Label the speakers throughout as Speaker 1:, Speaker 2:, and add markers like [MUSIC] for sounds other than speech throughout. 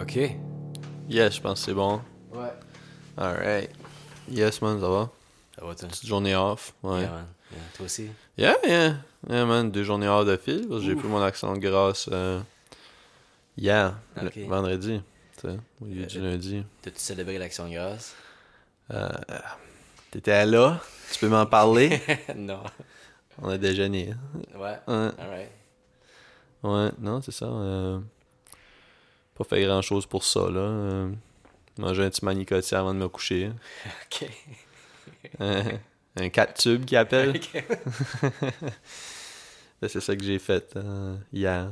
Speaker 1: OK.
Speaker 2: Yes, je pense que c'est bon.
Speaker 1: Ouais.
Speaker 2: Alright. Yes, man, ça va?
Speaker 1: Ça va, toi?
Speaker 2: Petite journée off. Ouais.
Speaker 1: Yeah, man. Yeah, Toi aussi?
Speaker 2: Yeah, yeah. Yeah, man, deux journées hors de fil. parce que J'ai pris mon accent de grâce euh, hier, le-
Speaker 1: Ok. Euh,
Speaker 2: vendredi, tu sais, au lieu du lundi.
Speaker 1: T'as-tu célébré l'Action de grâce?
Speaker 2: Euh, euh, T'étais là, tu peux
Speaker 1: [LAUGHS]
Speaker 2: m'en parler.
Speaker 1: non.
Speaker 2: On a déjeuné.
Speaker 1: Ouais.
Speaker 2: hein.
Speaker 1: Alright.
Speaker 2: Ouais, ouais, non, c'est ça. euh, Pas fait grand chose pour ça, là. euh, Manger un petit manicotti avant de me coucher.
Speaker 1: OK.
Speaker 2: Euh, un 4 tubes qui appelle.
Speaker 1: OK.
Speaker 2: [LAUGHS] Ben, C'est ça que j'ai fait euh, hier.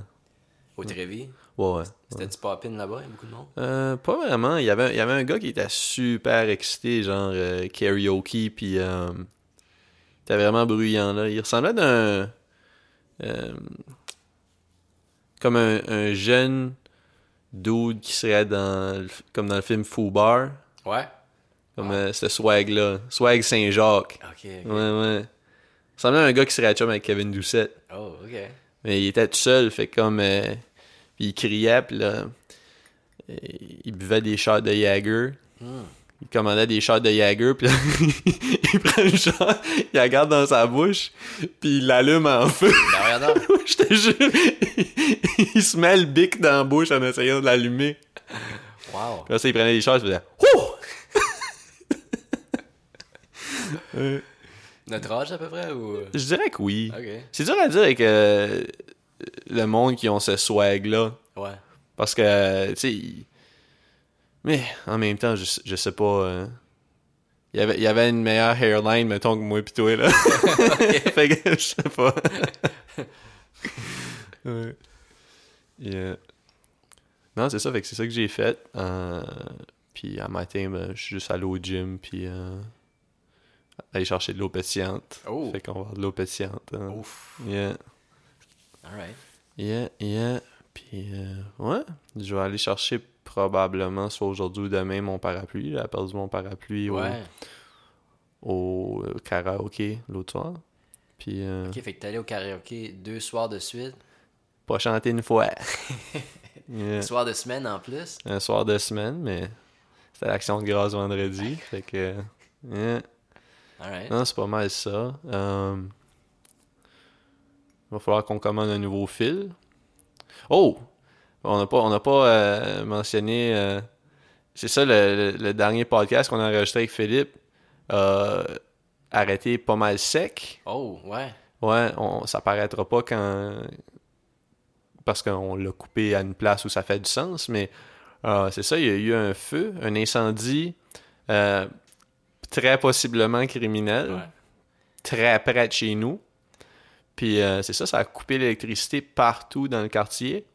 Speaker 1: Au Trévis,
Speaker 2: Ouais, ouais.
Speaker 1: c'était du pop là-bas, il y a beaucoup de monde.
Speaker 2: Euh, pas vraiment. Il y, avait, il y avait un gars qui était super excité, genre euh, karaoke, puis euh, il était vraiment bruyant, là. Il ressemblait d'un... euh, comme un, un jeune dude qui serait dans le, comme dans le film Foo Bar.
Speaker 1: Ouais.
Speaker 2: Comme euh, ce swag-là. Swag Saint-Jacques.
Speaker 1: OK. ok.
Speaker 2: Ouais, ouais. Il ressemblait à un gars qui serait chum avec Kevin Doucette.
Speaker 1: Oh, OK.
Speaker 2: Mais il était tout seul, fait comme. euh, puis il criait, puis là. euh, il buvait des shots de Jagger.
Speaker 1: Hmm.
Speaker 2: Il commandait des shots de Jagger, puis là, [LAUGHS] il prend le shot, il la garde dans sa bouche, puis il l'allume en feu. [LAUGHS]
Speaker 1: Ben, regarde donc.
Speaker 2: Je te jure, il, il se met le bic dans la bouche en essayant de l'allumer.
Speaker 1: Wow.
Speaker 2: Puis là, ça, il prenait des shots, il faisait Ouh! Euh,
Speaker 1: Notre âge, à peu près, ou... OK.
Speaker 2: Je dirais que oui.
Speaker 1: Ouais.
Speaker 2: C'est dur à dire avec euh, le monde qui ont ce swag-là. Parce que, tu sais. il- Mais en même temps, je, je sais pas. euh, Il y avait, il y avait une meilleure hairline, mettons, que moi pis toi, là. [LAUGHS] fait que, je sais pas. ouais. Yeah. euh, Non, c'est ça, fait que c'est ça que j'ai fait. Euh, puis à matin, ben, je suis juste allé au gym, puis euh, aller chercher de l'eau pétillante.
Speaker 1: Oh.
Speaker 2: Fait qu'on va avoir de l'eau pétillante. hein.
Speaker 1: Ouf.
Speaker 2: Yeah.
Speaker 1: Alright.
Speaker 2: Yeah, yeah. Puis, euh, ouais, je vais aller chercher probablement, soit aujourd'hui ou demain, mon parapluie. J'ai perdu mon parapluis au-
Speaker 1: Ouais.
Speaker 2: au, euh, karaoké l'autre soir. Puis, euh,
Speaker 1: OK, fait que t'es allé au karaoké deux soirs de suite.
Speaker 2: pas chanter une fois. Yeah.
Speaker 1: Soir de semaine, en plus.
Speaker 2: Un soir de semaine, mais c'était l'action de grâce vendredi. Fait que, yeah.
Speaker 1: Alright.
Speaker 2: Non, Hein, c'est pas mal ça. Euh, Il va falloir qu'on commande un nouveau fil. Oh! On n'a pas, on n'a pas euh, mentionné. euh, c'est ça le, le- le dernier podcast qu'on a enregistré avec Philippe. euh, arrêté pas mal sec.
Speaker 1: Oh, ouais.
Speaker 2: Ouais, on, ça paraîtra pas quand. Parce qu'on l'a coupé à une place où ça fait du sens, mais euh, c'est ça, il y a eu un feu, un incendie, euh, très possiblement criminel
Speaker 1: Ouais.
Speaker 2: très près de chez nous. Puis euh, c'est ça, ça a coupé l'électricité partout dans le quartier.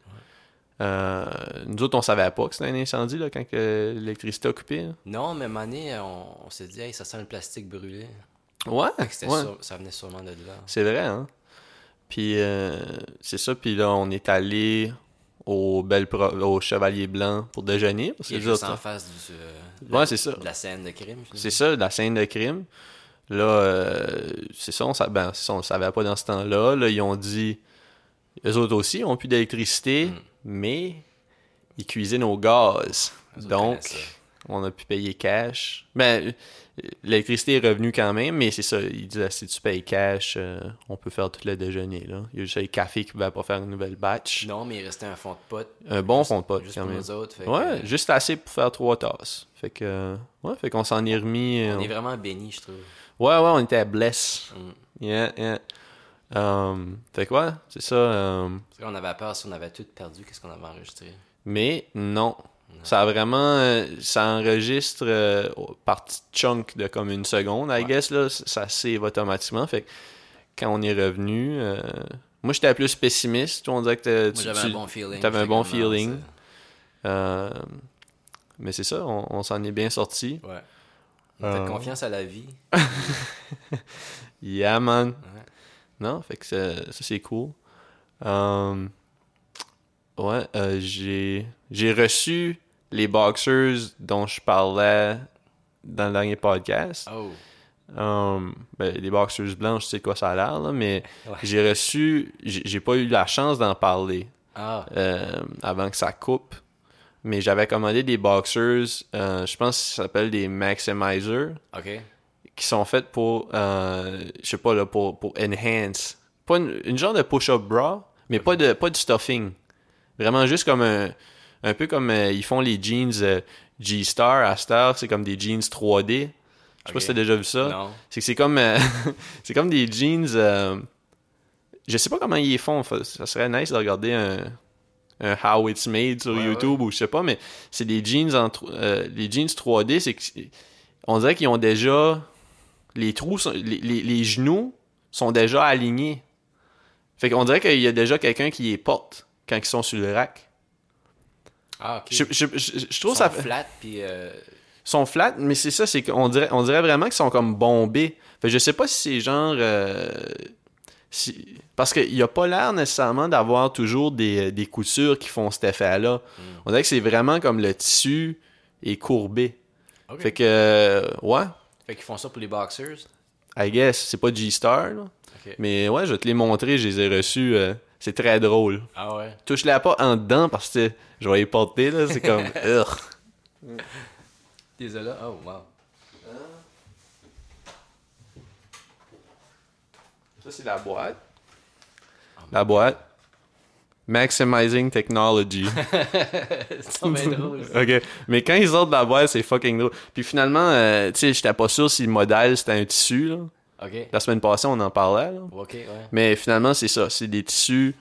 Speaker 2: Euh, nous autres, on savait pas que c'était un incendie là, quand que l'électricité a coupé. là.
Speaker 1: Non, mais Mané, on, on s'est dit, hey, ça sent le plastique brûlé.
Speaker 2: Ouais,
Speaker 1: Fait que c'était
Speaker 2: ouais.
Speaker 1: sûr- ça venait sûrement de là.
Speaker 2: c'est vrai. Hein? Puis euh, c'est ça, puis là, on est allé au, Belle Pro- au Chevalier Blanc pour déjeuner. Parce que
Speaker 1: Il est
Speaker 2: nous
Speaker 1: juste
Speaker 2: autres,
Speaker 1: en face du, euh, de-
Speaker 2: Ouais, c'est ça.
Speaker 1: de la scène de crime. finalement.
Speaker 2: C'est ça, la scène de crime. Là, euh, c'est ça, on sa- ben, c'est ça, on le savait pas dans ce temps-là. Là, ils ont dit, eux autres aussi ont plus d'électricité,
Speaker 1: Mm.
Speaker 2: mais ils cuisinent au gaz.
Speaker 1: Eux autres
Speaker 2: Donc,
Speaker 1: connaissent ça.
Speaker 2: on a pu payer cash. Ben, euh, l'électricité est revenue quand même, mais c'est ça, ils disaient, si tu payes cash, euh, on peut faire tout le déjeuner. Là. Il y a juste le café qui ne va pas faire une nouvelle batch.
Speaker 1: Non, mais il restait un fond de pote.
Speaker 2: Un bon fond de pote,
Speaker 1: Juste
Speaker 2: quand
Speaker 1: pour
Speaker 2: même.
Speaker 1: nous autres. fait que,
Speaker 2: Ouais,
Speaker 1: euh,
Speaker 2: juste assez pour faire trois tasses. Fait que, euh, ouais, fait qu'on s'en est remis. euh,
Speaker 1: on est vraiment bénis, je trouve.
Speaker 2: Ouais, ouais, on était à Bless.
Speaker 1: Mm.
Speaker 2: Yeah, yeah. Um, fait que ouais, c'est ça. um,
Speaker 1: Parce qu'on avait peur si on avait tout perdu, qu'est-ce qu'on avait enregistré.
Speaker 2: mais non. Ça a vraiment. euh, Ça enregistre euh, au- par petit chunk de comme une seconde, I
Speaker 1: Ouais.
Speaker 2: guess, là. c- Ça save automatiquement. Fait que quand on est revenu. euh, moi, j'étais plus pessimiste. Toi, on dirait que t'as-
Speaker 1: Moi,
Speaker 2: tu.
Speaker 1: j'avais
Speaker 2: tu-
Speaker 1: un bon feeling.
Speaker 2: t'avais un
Speaker 1: fait
Speaker 2: bon
Speaker 1: qu'on
Speaker 2: feeling.
Speaker 1: commence,
Speaker 2: euh, mais c'est ça, on, on s'en est bien sorti.
Speaker 1: euh, Ouais. On a fait
Speaker 2: Euh.
Speaker 1: confiance à la vie.
Speaker 2: Yeah, man.
Speaker 1: Ouais.
Speaker 2: Non, fait que ça, ça, c'est cool. Euh, ouais, euh, j'ai, j'ai reçu les boxers dont je parlais dans le dernier podcast.
Speaker 1: Oh,
Speaker 2: Euh, ben, les boxers blanches, tu sais de quoi ça a l'air, là, mais
Speaker 1: Ouais.
Speaker 2: j'ai reçu, j'ai, j'ai pas eu la chance d'en parler
Speaker 1: ah,
Speaker 2: euh, avant que ça coupe. Mais j'avais commandé des boxers, euh, je pense qu'ils s'appellent des maximizers,
Speaker 1: OK.
Speaker 2: qui sont faits pour, euh, je sais pas, là, pour, pour enhance. Pas une, une genre de push-up bra, mais pas, de, pas de stuffing. Vraiment juste comme un, un peu comme euh, ils font les jeans euh, G-Star à Star, c'est comme des jeans 3D. Je sais pas
Speaker 1: Ok.
Speaker 2: si t'as déjà vu ça.
Speaker 1: Non.
Speaker 2: C'est que c'est comme, euh, [LAUGHS] c'est comme des jeans. euh, je sais pas comment ils les font. Fa- Ça serait nice de regarder un, un How It's Made sur
Speaker 1: Ouais,
Speaker 2: YouTube ou je sais pas, mais c'est des jeans en tro- euh, les jeans 3D. C'est que c'est- on dirait qu'ils ont déjà les trous, sont- les, les- les genoux sont déjà alignés. Fait qu'on dirait qu'il y a déjà quelqu'un qui les porte quand ils sont sur le rack.
Speaker 1: Ah, OK.
Speaker 2: Je, je- je- je
Speaker 1: Ils
Speaker 2: trouve
Speaker 1: sont
Speaker 2: ça
Speaker 1: flat, puis... euh,
Speaker 2: sont flat, mais c'est ça, c'est qu'on dirait, on dirait vraiment qu'ils sont comme bombés. Fait que je sais pas si c'est genre. euh, si- parce qu'il n'y a pas l'air nécessairement d'avoir toujours des, des coutures qui font cet effet-là. On dirait que c'est vraiment comme le tissu est courbé.
Speaker 1: OK.
Speaker 2: Fait
Speaker 1: Fait,
Speaker 2: que, euh, ouais,
Speaker 1: qu'ils font ça pour les boxers.
Speaker 2: I guess, c'est pas G-Star, là.
Speaker 1: OK.
Speaker 2: mais ouais, je vais te les montrer, je les ai reçus. euh, c'est très drôle.
Speaker 1: Ah ouais.
Speaker 2: Touche-la pas en dedans parce que je vais les porter, là, c'est comme. Ugh.
Speaker 1: Désolé. Oh, wow.
Speaker 2: Ça, c'est la boîte. La boîte. Maximizing
Speaker 1: [LAUGHS]
Speaker 2: Technology.
Speaker 1: [LAUGHS] c'est pas bien Ah, ben, drôle. ça.
Speaker 2: OK. Mais quand ils sortent de la boîte, c'est fucking drôle. Puis finalement, euh, tu sais, j'étais pas sûr si le modèle, c'était un tissu. là.
Speaker 1: OK.
Speaker 2: La semaine passée, on en parlait. là.
Speaker 1: OK, ouais.
Speaker 2: Mais finalement, c'est ça. C'est des tissus.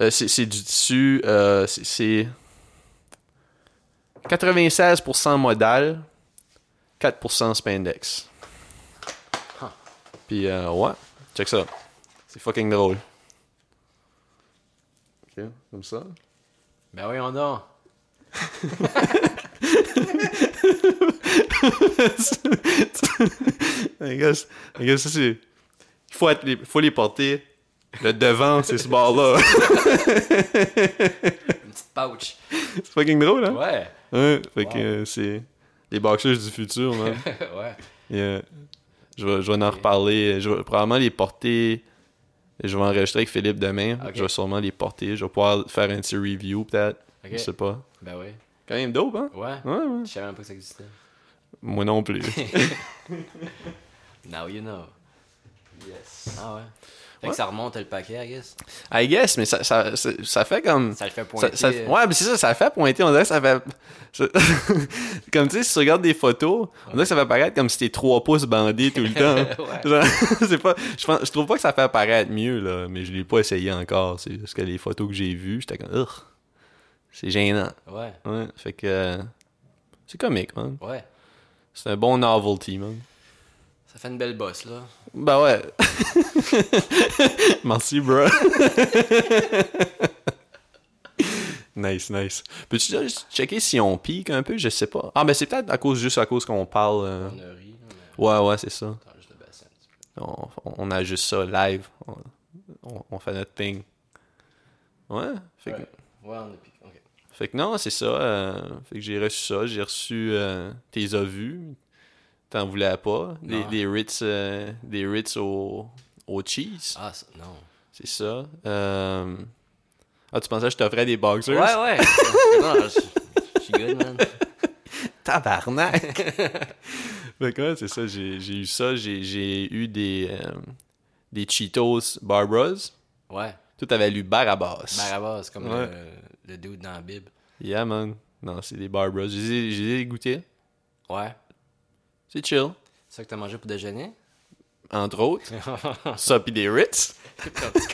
Speaker 2: euh, c'est c'est du tissu. euh, c'est- c'est 96% modal, 4% spandex. Puis euh, ouais, check ça. C'est fucking drôle. Ok, comme ça.
Speaker 1: Ben voyons donc.
Speaker 2: [LAUGHS] I guess, I guess ça c'est. Il faut, être les, faut les porter. Le devant, c'est ce bord-là. [LAUGHS]
Speaker 1: Une petite pouch.
Speaker 2: c'est fucking drôle, hein?
Speaker 1: Ouais.
Speaker 2: Ouais, fait
Speaker 1: Wow.
Speaker 2: que euh, c'est les boxers du futur, [LAUGHS] man.
Speaker 1: [LAUGHS] ouais.
Speaker 2: Et, euh, je, vais, je vais en reparler. euh, Je vais probablement les porter. euh, Je vais enregistrer avec Philippe demain.
Speaker 1: Ok.
Speaker 2: Je vais sûrement les porter. Je vais pouvoir faire un petit review, peut-être.
Speaker 1: Ok.
Speaker 2: Je sais pas.
Speaker 1: Ben oui.
Speaker 2: Quand même dope, hein?
Speaker 1: Ouais.
Speaker 2: Ouais, ouais.
Speaker 1: Je savais même pas que ça existait.
Speaker 2: Moi non plus.
Speaker 1: Now you know.
Speaker 2: yes.
Speaker 1: Ah ouais. Fait
Speaker 2: Ouais.
Speaker 1: que ça remonte le paquet, I guess.
Speaker 2: [LAUGHS] I guess, mais ça, ça, ça, ça fait comme.
Speaker 1: Ça le fait
Speaker 2: Mm. Ça-
Speaker 1: pointer.
Speaker 2: ça-
Speaker 1: euh, [LAUGHS]
Speaker 2: ouais, mais c'est ça, ça fait pointer. On dirait que ça [LAUGHS] fait. ça- comme tu sais, si tu regardes des photos, on dirait que ça fait paraître comme si t'es trois pouces bandés [LAUGHS] tout le temps.
Speaker 1: ouais.
Speaker 2: Genre, c'est pas, je, pense- je trouve pas que ça fait apparaître mieux, là, mais je l'ai pas essayé encore. C'est juste que les photos que j'ai vues, j'étais comme, Urgh, c'est gênant.
Speaker 1: Ouais.
Speaker 2: Ouais, fait que. euh, C'est comique, man.
Speaker 1: Ouais.
Speaker 2: C'est un bon novelty, man.
Speaker 1: Ça fait une belle bosse, là.
Speaker 2: Ben ouais. [LAUGHS] Merci, bro. [LAUGHS] nice, nice. Peux-tu juste checker si on pique un peu? Je sais pas. Ah, ben c'est peut-être à cause, juste à cause qu'on parle. euh.
Speaker 1: On a ri, là, mais
Speaker 2: Ouais, ouais, c'est ça.
Speaker 1: attends juste le bassin un petit peu.
Speaker 2: On, on a juste ça live. On, on- on fait notre thing. Ouais. Fait,
Speaker 1: Ouais.
Speaker 2: Que,
Speaker 1: Ouais, on a piqué. Ok.
Speaker 2: fait que non, c'est ça. euh, fait que j'ai reçu ça. J'ai reçu euh, tes ovus. T'en voulais pas. Des,
Speaker 1: Non.
Speaker 2: des Ritz, euh, des Ritz au, au cheese.
Speaker 1: Ah, ça- non.
Speaker 2: C'est ça. Euh, Ah, tu pensais que je t'offrais des boxers?
Speaker 1: Ouais,
Speaker 2: [LAUGHS]
Speaker 1: ouais. non, je je suis good, man.
Speaker 2: Tabarnak! [LAUGHS] fait que ouais, c'est ça. J'ai j'ai eu ça. J'ai- J'ai eu des, euh, des Cheetos Barbaras.
Speaker 1: Ouais.
Speaker 2: Tout avait lu Barabas.
Speaker 1: Marabas, c'est comme
Speaker 2: Ouais.
Speaker 1: le, le dude dans la Bible.
Speaker 2: Yeah, man. Non, c'est des Barbaras. Je les ai- je les ai goûtés.
Speaker 1: Ouais.
Speaker 2: C'est chill.
Speaker 1: C'est ça que t'as mangé pour déjeuner? [LAUGHS]
Speaker 2: Entre autres. ça pis des Ritz.
Speaker 1: Comme tu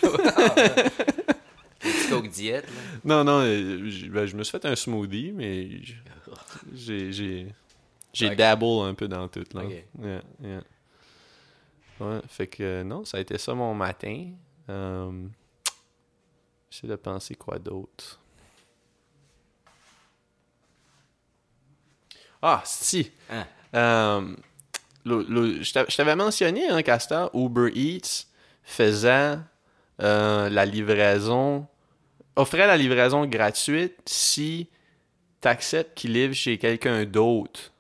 Speaker 1: coques diète, là.
Speaker 2: Non, non, euh, j- ben, je me suis fait un smoothie, mais j- j'ai j'ai j'ai
Speaker 1: Ok.
Speaker 2: dabble un peu dans tout là.
Speaker 1: Ok.
Speaker 2: Yeah, yeah. Ouais, fait que euh, non, ça a été ça mon matin. Euh, J'essaie de penser quoi d'autre. Ah, si.
Speaker 1: Hein?
Speaker 2: Euh, le- le- je t'a- je t'avais mentionné, hein, Castor, Uber Eats faisait euh, la livraison, offrait la livraison gratuite si t'acceptes qu'il livre chez quelqu'un d'autre.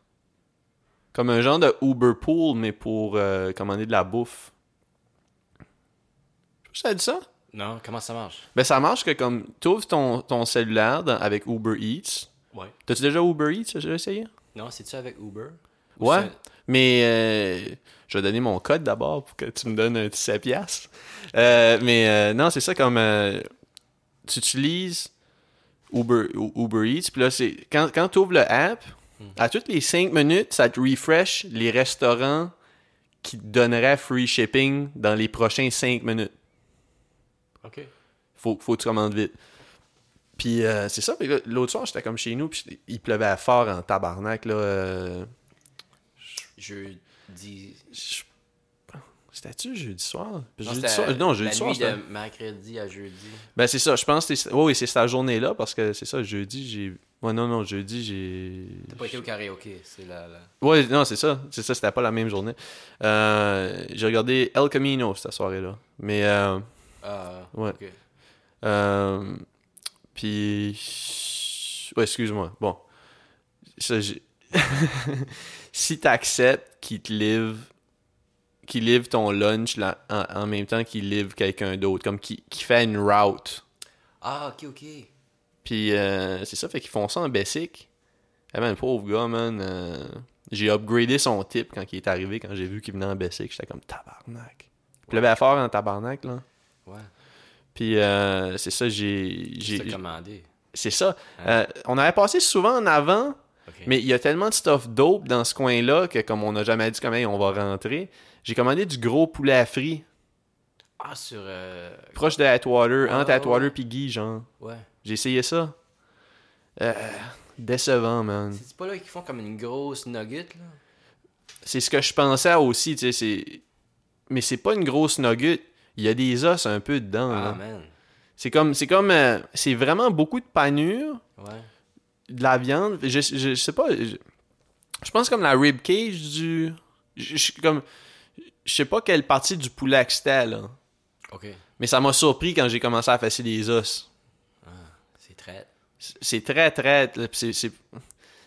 Speaker 2: Comme un genre de Uber Pool, mais pour euh, commander de la bouffe. Je sais pas si t'as dit ça?
Speaker 1: Non, comment ça marche?
Speaker 2: Ben, ça marche que comme tu ouvres ton, ton cellulaire dans- avec Uber Eats,
Speaker 1: Ouais.
Speaker 2: T'as-tu déjà Uber Eats? T'as déjà essayé?
Speaker 1: Non, c'est-tu avec Uber? Ou
Speaker 2: Ouais.
Speaker 1: c'est-
Speaker 2: Mais euh, je vais donner mon code d'abord pour que tu me donnes un petit 7 piastres. Euh, mais euh, non, c'est ça comme euh, tu utilises Uber, U- Uber Eats. Puis là, c'est quand, quand tu ouvres le app, à toutes les 5 minutes, ça te refresh les restaurants qui te donneraient free shipping dans les prochains 5 minutes.
Speaker 1: OK.
Speaker 2: Faut, faut que tu commandes vite. Puis euh, c'est ça. puis là, L'autre soir, j'étais comme chez nous, puis il pleuvait à fort en tabarnak. Là, euh,
Speaker 1: Je dis...
Speaker 2: Je- C'était-tu jeudi soir?
Speaker 1: Non,
Speaker 2: jeudi
Speaker 1: c'était
Speaker 2: soir- Non, jeudi
Speaker 1: la
Speaker 2: soir.
Speaker 1: nuit
Speaker 2: c'était-
Speaker 1: de mercredi à jeudi.
Speaker 2: Ben, c'est ça, je pense que c'était- oui, oui, c'est cette journée-là parce que c'est ça, jeudi, j'ai. Ouais, non, non, jeudi, j'ai.
Speaker 1: T'as pas été au karaoké, c'est la... la-
Speaker 2: Ouais, non, c'est ça. C'est ça, c'était pas la même journée. Euh, j'ai regardé El Camino cette soirée-là. Mais. euh,
Speaker 1: Ah,
Speaker 2: Ouais.
Speaker 1: ok.
Speaker 2: Euh, puis. Ouais, excuse-moi. Bon. Ça, j'ai- [LAUGHS] si t'acceptes qu'ils te livrent qu'ils livrent ton lunch là, en, en même temps qu'ils livrent quelqu'un d'autre, comme qui, qui fait une route.
Speaker 1: Ah, ok, ok.
Speaker 2: Puis euh, c'est ça, fait qu'ils font ça en basic. Eh ben, le pauvre gars, man. euh, j'ai upgradé son type quand il est arrivé, quand j'ai vu qu'il venait en basic. J'étais comme tabarnak. Puis le fort en tabarnak, là.
Speaker 1: Ouais.
Speaker 2: Puis euh, c'est ça, j'ai. j'ai-
Speaker 1: J'ai commandé.
Speaker 2: c'est ça. Euh, on avait passé souvent en avant,
Speaker 1: Ok.
Speaker 2: mais il y a tellement de stuff dope dans ce coin-là que comme on n'a jamais dit comment on va rentrer, j'ai commandé du gros poulet à frit,
Speaker 1: Ah, sur... euh,
Speaker 2: proche de Atwater,
Speaker 1: Ah,
Speaker 2: entre Atwater
Speaker 1: ouais.
Speaker 2: puis Guy, genre.
Speaker 1: Ouais.
Speaker 2: J'ai essayé ça. Euh, décevant, man.
Speaker 1: C'est pas là qu'ils font comme une grosse nugget, là?
Speaker 2: C'est ce que je pensais aussi, tu sais, c'est... Mais c'est pas une grosse nugget. Il y a des os un peu dedans,
Speaker 1: Ah,
Speaker 2: là.
Speaker 1: man.
Speaker 2: C'est comme... C'est comme... euh, c'est vraiment beaucoup de panure,
Speaker 1: Ouais.
Speaker 2: de la viande. Je, je, je sais pas. Je, je pense comme la rib cage du. Je, je- comme, je sais pas quelle partie du poulet que c'était, là.
Speaker 1: Ok.
Speaker 2: Mais ça m'a surpris quand j'ai commencé à effacer les os.
Speaker 1: C'est très...
Speaker 2: C'est- C'est très, très. là, pis C'est. c'est-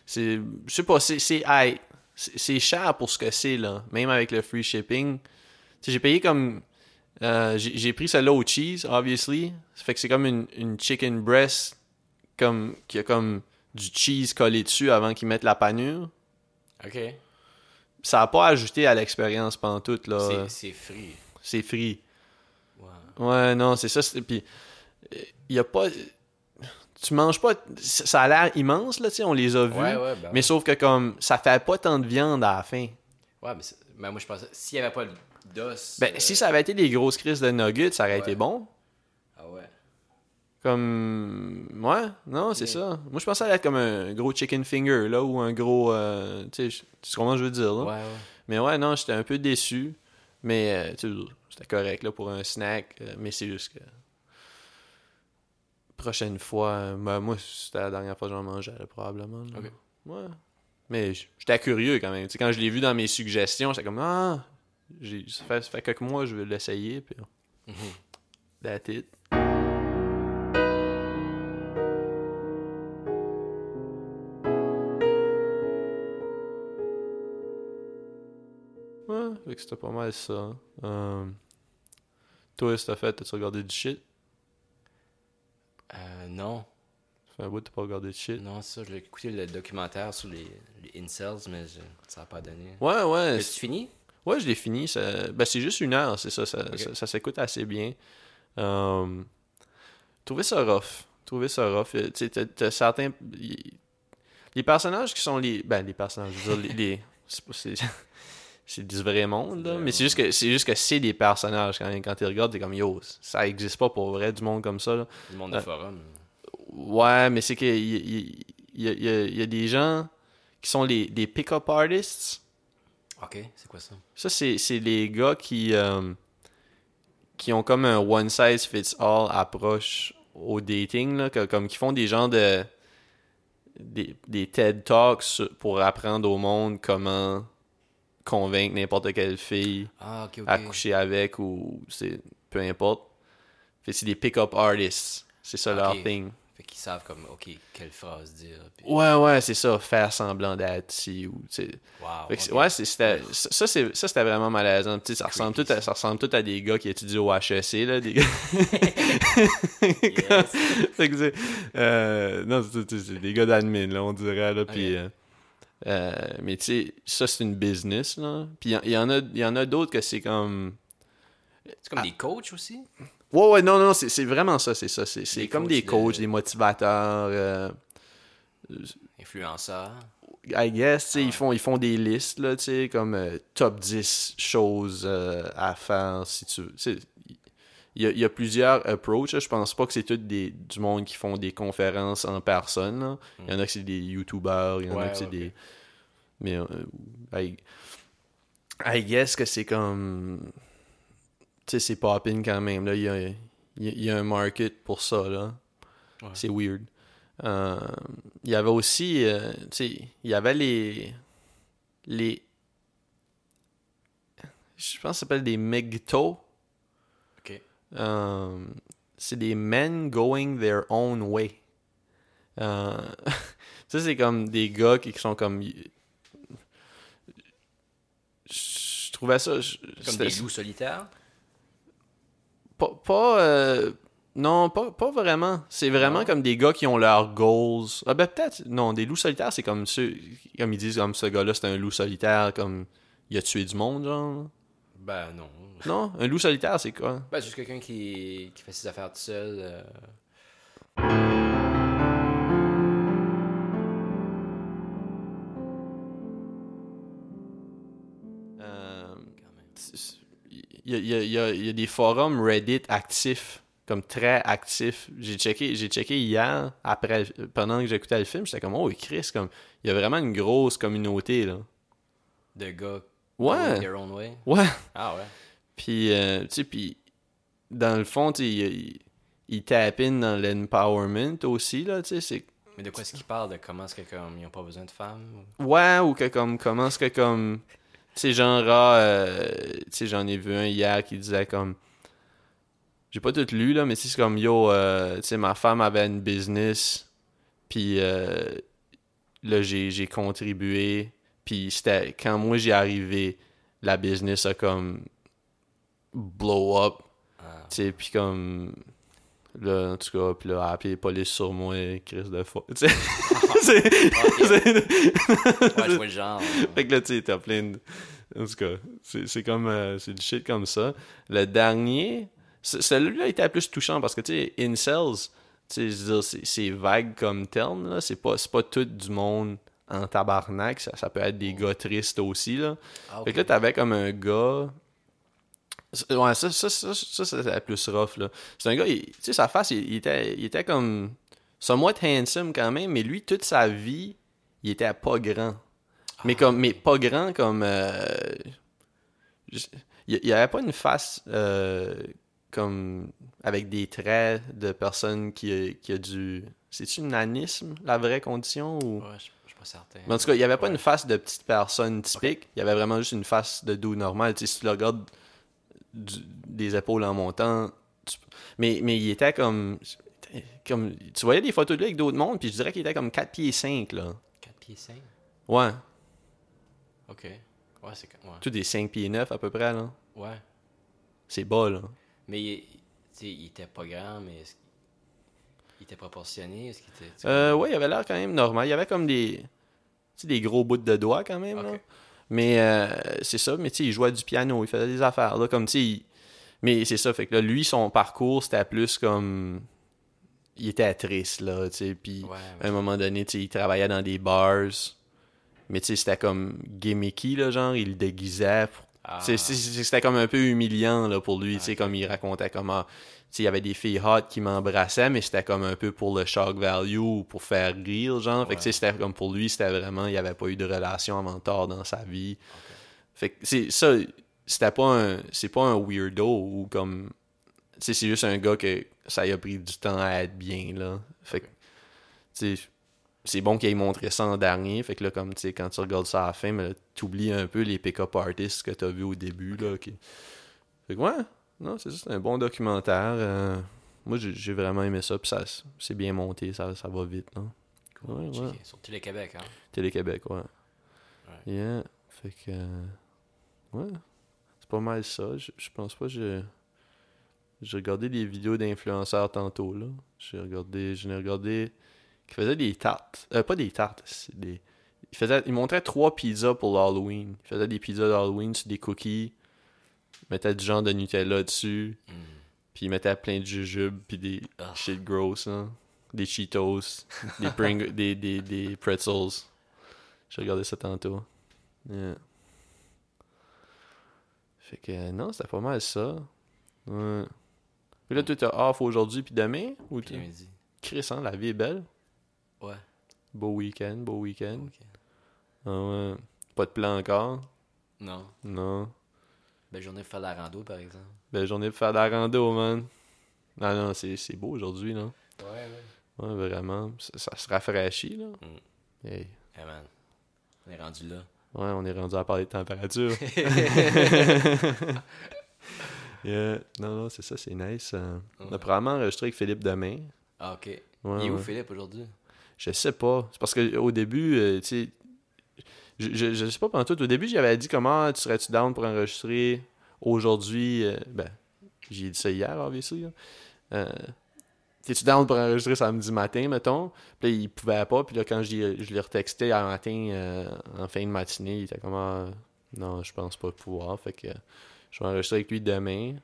Speaker 2: c'est- Je sais pas, c'est. C'est hey, c'est- c'est cher pour ce que c'est, là. Même avec le free shipping. Tu sais, j'ai payé comme. euh, j'ai j'ai pris celle-là au cheese, obviously. Ça fait que c'est comme une, une chicken breast comme, qui a comme du cheese collé dessus avant qu'ils mettent la panure.
Speaker 1: Ok.
Speaker 2: Euh. ça n'a pas ajouté à l'expérience pantoute, là.
Speaker 1: C'est- C'est free.
Speaker 2: C'est free.
Speaker 1: Ouais.
Speaker 2: Ouais, non, c'est ça. c'est- Puis, il y a pas... Tu manges pas... Ça ça a l'air immense, là, tu sais, on les a vus.
Speaker 1: Ouais, ouais, ben
Speaker 2: Mais sauf que, comme, ça fait pas tant de viande à la fin.
Speaker 1: Ouais, mais, c'est- mais moi, je pensais... S'il y avait pas d'os...
Speaker 2: Ben,
Speaker 1: euh,
Speaker 2: si ça avait été des grosses crises de nuggets, ça aurait été bon.
Speaker 1: Ah ouais.
Speaker 2: Comme... Ouais, non, c'est
Speaker 1: Ok.
Speaker 2: ça. Moi, je pensais à être comme un gros chicken finger, là, ou un gros... euh, tu sais, je- tu sais comment je veux dire, là?
Speaker 1: Ouais, ouais.
Speaker 2: Mais ouais, non, j'étais un peu déçu. Mais euh, tu sais, c'était correct là, pour un snack. euh, mais c'est juste que. Prochaine fois, euh, ben, moi, c'était la dernière fois que j'en mangeais, là, probablement. là.
Speaker 1: Ok.
Speaker 2: Ouais. Mais j- j'étais curieux quand même. Tu sais, quand je l'ai vu dans mes suggestions, j'étais comme Ah, j'ai- ça fait, ça fait quelques mois que je veux l'essayer. Puis.
Speaker 1: Mhm.
Speaker 2: That's it. Ouais, fait que c'était pas mal ça. Euh, Toi, qu'est-ce que t'as fait? T'as-tu regardé du shit?
Speaker 1: Euh, non.
Speaker 2: Ça fait un bout que t'as pas regardé de shit.
Speaker 1: Non, ça, je l'ai écouté le documentaire sur les, les incels, mais je- ça n'a pas donné.
Speaker 2: Ouais, ouais.
Speaker 1: As-tu fini?
Speaker 2: Ouais, je l'ai fini. Ça... Ben, c'est juste une heure, c'est ça. Ça, ça- ça s'écoute assez bien. Euh, Trouvez ça rough. Trouvez ça rough. Euh, Tu sais, t'as- t'as certains. y- Les personnages qui sont les. Ben, les personnages, je veux dire, les. les- c'est pas- C'est [LAUGHS] c'est du vrai monde, là.
Speaker 1: vrai
Speaker 2: Mais c'est juste que c'est juste que c'est des personnages quand même. Quand tu regardes, t'es comme yo, ça existe pas pour vrai du monde comme ça, là.
Speaker 1: Le monde du
Speaker 2: Euh,
Speaker 1: forum.
Speaker 2: Ouais, mais c'est que il y, il y a- il y a- il y a des gens qui sont les, des pick-up artists.
Speaker 1: Ok, c'est quoi ça?
Speaker 2: Ça, c'est c'est les gars qui, euh, qui ont comme un one size fits all approche au dating, là, que- comme qui font des genres de. Des, des TED Talks sur- pour apprendre au monde comment convaincre n'importe quelle fille
Speaker 1: Ah, ok, ok.
Speaker 2: à coucher avec ou c'est peu importe. Fait que c'est des pick-up artists. C'est ça leur
Speaker 1: Ok.
Speaker 2: thing.
Speaker 1: Fait qu'ils savent comme, OK, quelle phrase dire. Puis...
Speaker 2: Ouais, ouais, c'est ça, faire semblant d'être ici ou, tu sais.
Speaker 1: Wow,
Speaker 2: Fait que c'est-
Speaker 1: ok.
Speaker 2: Ouais, c'est- c'était- ça, ça, c'est- ça, c'était vraiment malaisant. Tu sais, ça, ressemble
Speaker 1: Creepy,
Speaker 2: tout à, ça ressemble tout à des gars qui étudient au HEC, là, des gars. [LAUGHS]
Speaker 1: Yes.
Speaker 2: Fait que c'est- euh, non, c'est- c'est c'est des gars d'admin, là, on dirait. Là, puis, euh, euh, mais tu sais, ça, c'est une business. Là. Puis il y en- il y, en a, il y en a d'autres que c'est comme.
Speaker 1: C'est
Speaker 2: Ah.
Speaker 1: comme des coachs aussi?
Speaker 2: Ouais, ouais, non, non, c'est c'est vraiment ça, c'est ça. C'est- C'est
Speaker 1: Des
Speaker 2: comme
Speaker 1: coachs
Speaker 2: des
Speaker 1: de-
Speaker 2: coachs, des motivateurs. euh,
Speaker 1: Influenceurs?
Speaker 2: I guess, tu sais, ils, font, ils font des listes, là, tu sais, comme euh, top 10 choses euh, à faire si tu veux. Tu sais, Il y, a- il y a plusieurs approaches. là. Je pense pas que c'est tout des, du monde qui font des conférences en personne. là. Il y en a que c'est des youtubeurs, il y en a
Speaker 1: Ouais,
Speaker 2: que c'est
Speaker 1: ok.
Speaker 2: des. Mais euh, I, I guess que c'est comme. Tu sais, c'est popping quand même. Là. Il, y a, il y a- il y a un market pour ça. là.
Speaker 1: Ouais.
Speaker 2: C'est weird. Euh, il y avait aussi, euh, tu sais, il y avait les. Les. Je pense que ça s'appelle des MGTOW.
Speaker 1: OK.
Speaker 2: Euh, c'est des men going their own way. Euh, [LAUGHS] ça, c'est comme des gars qui qui sont comme. Je trouvais ça. je-
Speaker 1: Comme
Speaker 2: c'était-
Speaker 1: des loups solitaires?
Speaker 2: pas, pas, euh, non, pas, pas vraiment. C'est vraiment
Speaker 1: Non.
Speaker 2: comme des gars qui ont leurs goals. Ah ben peut-être, non, des loups solitaires, c'est comme ceux, comme ils disent, comme ce gars-là, c'est un loup solitaire, comme il a tué du monde, genre.
Speaker 1: Ben non.
Speaker 2: Non, un loup solitaire, c'est quoi?
Speaker 1: Ben, juste quelqu'un qui, qui fait ses affaires tout seul. euh.
Speaker 2: Euh,
Speaker 1: Quand même.
Speaker 2: Il y a, il y a- il y a- il y a des forums Reddit actifs, comme très actifs. J'ai checké, j'ai checké hier, après, pendant que j'écoutais le film, j'étais comme, oh, Chris, comme, il y a vraiment une grosse communauté, là.
Speaker 1: De gars. going
Speaker 2: Ouais,
Speaker 1: Their own way.
Speaker 2: ouais.
Speaker 1: Ah ouais.
Speaker 2: Puis, euh, tu sais, puis, dans le fond, tu sais, il, il, il tap in dans l'empowerment aussi, là, tu sais, c'est...
Speaker 1: Mais de quoi est-ce qu'ils parlent? De comment est-ce que comme ils n'ont pas besoin de femmes?
Speaker 2: Ouais, ou que comme, comment est-ce que comme... Tu sais, genre, ah, euh, tu sais, j'en ai vu un hier qui disait comme... J'ai pas tout lu, là, mais tu sais, c'est comme, yo, euh, tu sais, ma femme avait une business, puis euh, là, j'ai j'ai contribué, puis c'était... Quand moi, j'y arrivé, la business a comme... blow up,
Speaker 1: Ah.
Speaker 2: Tu sais, puis comme. Là, en tout cas, puis là, appeler police sur moi, Chris de fuck. Tu sais, c'est-
Speaker 1: Ok.
Speaker 2: [LAUGHS] c'est-
Speaker 1: Ouais, je vois le genre.
Speaker 2: [LAUGHS] Fait que là, tu sais, t'as plein de. En tout cas, c'est c'est comme. euh, c'est du shit comme ça. Le dernier. ce- Celui-là était plus touchant parce que, tu sais, incels, tu sais, je veux dire, c'est- c'est vague comme terme, là. C'est pas, c'est pas tout du monde en tabarnak. Ça, ça peut être des gars tristes aussi, là.
Speaker 1: Ah,
Speaker 2: Fait que là, t'avais comme un gars. C'est- Ouais, ça, ça, ça, ça, ça, c'est la plus rough, là. C'est un gars, il- tu sais, sa face, il, il était, il était comme. Somewhat handsome quand même, mais lui, toute sa vie, il était pas grand. Mais comme, mais pas grand comme. euh, je- Il n'y avait pas une face euh, comme. avec des traits de personne qui, a- qui a du. C'est-tu un nanisme, la vraie condition ou.
Speaker 1: Ouais, je je suis pas certain.
Speaker 2: Mais en tout cas, il n'y avait pas
Speaker 1: Ouais.
Speaker 2: une face de petite personne typique. Il y avait vraiment juste une face de dos normal. Tu sais, si tu le regardes du- des épaules en montant. tu- Mais, mais il était comme, comme. Tu voyais des photos de lui avec d'autres mondes, puis je dirais qu'il était comme 4 pieds 5, là.
Speaker 1: 4 pieds 5?
Speaker 2: Ouais.
Speaker 1: Ok. Ouais, c'est. comme- Ouais.
Speaker 2: Tout des 5 pieds 9 à peu près, là.
Speaker 1: Ouais.
Speaker 2: C'est bas, là.
Speaker 1: Mais il- tu sais, il était pas grand, mais est-ce qu'il- il était proportionné? Est-ce qu'il était. tu sais,
Speaker 2: Euh, ouais, il avait l'air quand même normal. Il y avait comme des. Tu sais, des gros bouts de doigts quand même, là.
Speaker 1: Ok.
Speaker 2: Mais euh, c'est ça, mais tu sais, il jouait du piano, il faisait des affaires, là, comme tu sais. il- Mais c'est ça, fait que là, lui, son parcours, c'était plus comme. Il était triste, là, tu sais. Puis
Speaker 1: Ouais,
Speaker 2: à un moment donné, tu sais, il travaillait dans des bars. Mais tu sais, c'était comme gimmicky, là, genre, il le déguisait pour
Speaker 1: Ah,
Speaker 2: c'est- c'est- c'est- C'était comme un peu humiliant là, pour lui, tu sais, comme il racontait comment tu sais, il y avait des filles hot qui m'embrassaient, mais c'était comme un peu pour le shock value ou pour faire rire, genre. Fait que
Speaker 1: Ouais.
Speaker 2: tu sais, c'était comme pour lui, c'était vraiment, il n'y avait pas eu de relation avant tard dans sa vie. Fait que c'est ça, c'était pas un, c'est pas un weirdo ou comme, tu sais, c'est juste un gars que ça lui a pris du temps à être bien, là. Fait que, tu sais, c'est bon qu'il ait montré ça en dernier. Fait que là, comme, tu sais, quand tu regardes ça à la fin, mais là, t'oublies un peu les pick-up artists que t'as vu au début, là. qui- Fait que, ouais, non, c'est juste un bon documentaire. euh, Moi, j'ai j'ai vraiment aimé ça. Puis ça, c'est bien monté, ça, ça va vite. Hein? Ouais, ouais.
Speaker 1: Checker. Sur Télé-Québec, hein?
Speaker 2: Télé-Québec, ouais.
Speaker 1: Ouais.
Speaker 2: Yeah. Fait que. euh, Ouais. C'est pas mal ça. Je, je pense pas que j'ai. J'ai regardé des vidéos d'influenceurs tantôt, là. J'ai regardé. J'en ai regardé. Qui faisaient des tartes. Euh, pas des tartes, c'est des. Ils, faisaient, ils montraient trois pizzas pour l'Halloween. Ils faisaient des pizzas d'Halloween sur des cookies. Ils mettaient du genre de Nutella dessus.
Speaker 1: Hmm.
Speaker 2: Puis ils mettaient plein de jujubes. Puis des
Speaker 1: Ah.
Speaker 2: shit gross, hein. Des Cheetos. des,
Speaker 1: [LAUGHS]
Speaker 2: Pring- des, des, des pretzels. J'ai regardé ça tantôt. Yeah. Fait que euh, non, c'était pas mal ça. Ouais. Puis là, toi, t'es off aujourd'hui puis demain? Ou
Speaker 1: Puis le
Speaker 2: t'es...
Speaker 1: midi.
Speaker 2: Chris, hein, la vie est belle.
Speaker 1: Ouais.
Speaker 2: Beau week-end, beau week-end.
Speaker 1: ok.
Speaker 2: Ah ouais. Pas de plan encore?
Speaker 1: Non.
Speaker 2: Non.
Speaker 1: Belle journée pour faire de la rando, par exemple.
Speaker 2: Belle journée pour faire de la rando, man. Non, non, c'est, c'est beau aujourd'hui, non?
Speaker 1: Ouais, ouais.
Speaker 2: Ouais, vraiment. Ça, ça se rafraîchit, là. Hey.
Speaker 1: Eh man. On est rendu [LAUGHS] là.
Speaker 2: Ouais, on est rendu à parler
Speaker 1: [LAUGHS]
Speaker 2: de température. Yeah. Non, non, c'est ça, c'est nice. euh. On a probablement enregistré avec Philippe demain.
Speaker 1: Ah, ok.
Speaker 2: Ouais,
Speaker 1: Il est où,
Speaker 2: ouais.
Speaker 1: Philippe, aujourd'hui?
Speaker 2: Je sais pas. C'est parce qu'au début, euh, tu sais, je, je, je sais pas pendant tout. Au début, j'avais dit comment tu serais-tu down pour enregistrer aujourd'hui. euh, ben, j'ai dit ça hier, obviously. là. Euh, T'es-tu down pour enregistrer samedi matin, mettons? Puis là, il pouvait pas. Puis là, quand j'y- je l'ai retexté à matin, euh, en fin de matinée, il était comme ah, Non, je pense pas pouvoir. Fait que je vais enregistrer avec lui demain.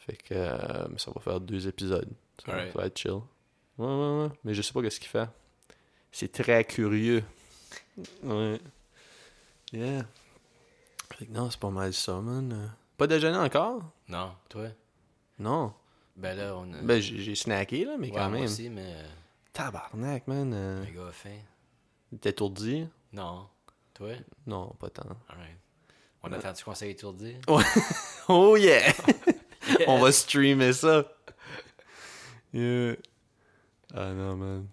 Speaker 2: Fait que euh, ça va faire deux épisodes. Ça, va-
Speaker 1: Alright.
Speaker 2: ça va être chill. Ouais, ouais, ouais. Mais je sais pas qu'est-ce qu'il fait. C'est très curieux. Ouais. Yeah. Fait que non, c'est pas mal ça, man. Euh, Pas déjeuner encore?
Speaker 1: Non. Toi?
Speaker 2: Non.
Speaker 1: Ben là, on a.
Speaker 2: Ben, j'ai j'ai snacké, là, mais
Speaker 1: Ouais,
Speaker 2: quand
Speaker 1: moi
Speaker 2: même.
Speaker 1: aussi, mais. euh,
Speaker 2: Tabarnak, man. euh,
Speaker 1: Le gars a faim.
Speaker 2: T'es étourdi?
Speaker 1: Non. Toi?
Speaker 2: Non, pas tant.
Speaker 1: Alright. On attend du conseil étourdi?
Speaker 2: [LAUGHS] Oh [LAUGHS] yeah! [LAUGHS] On va streamer ça. Yeah. Ah non, man.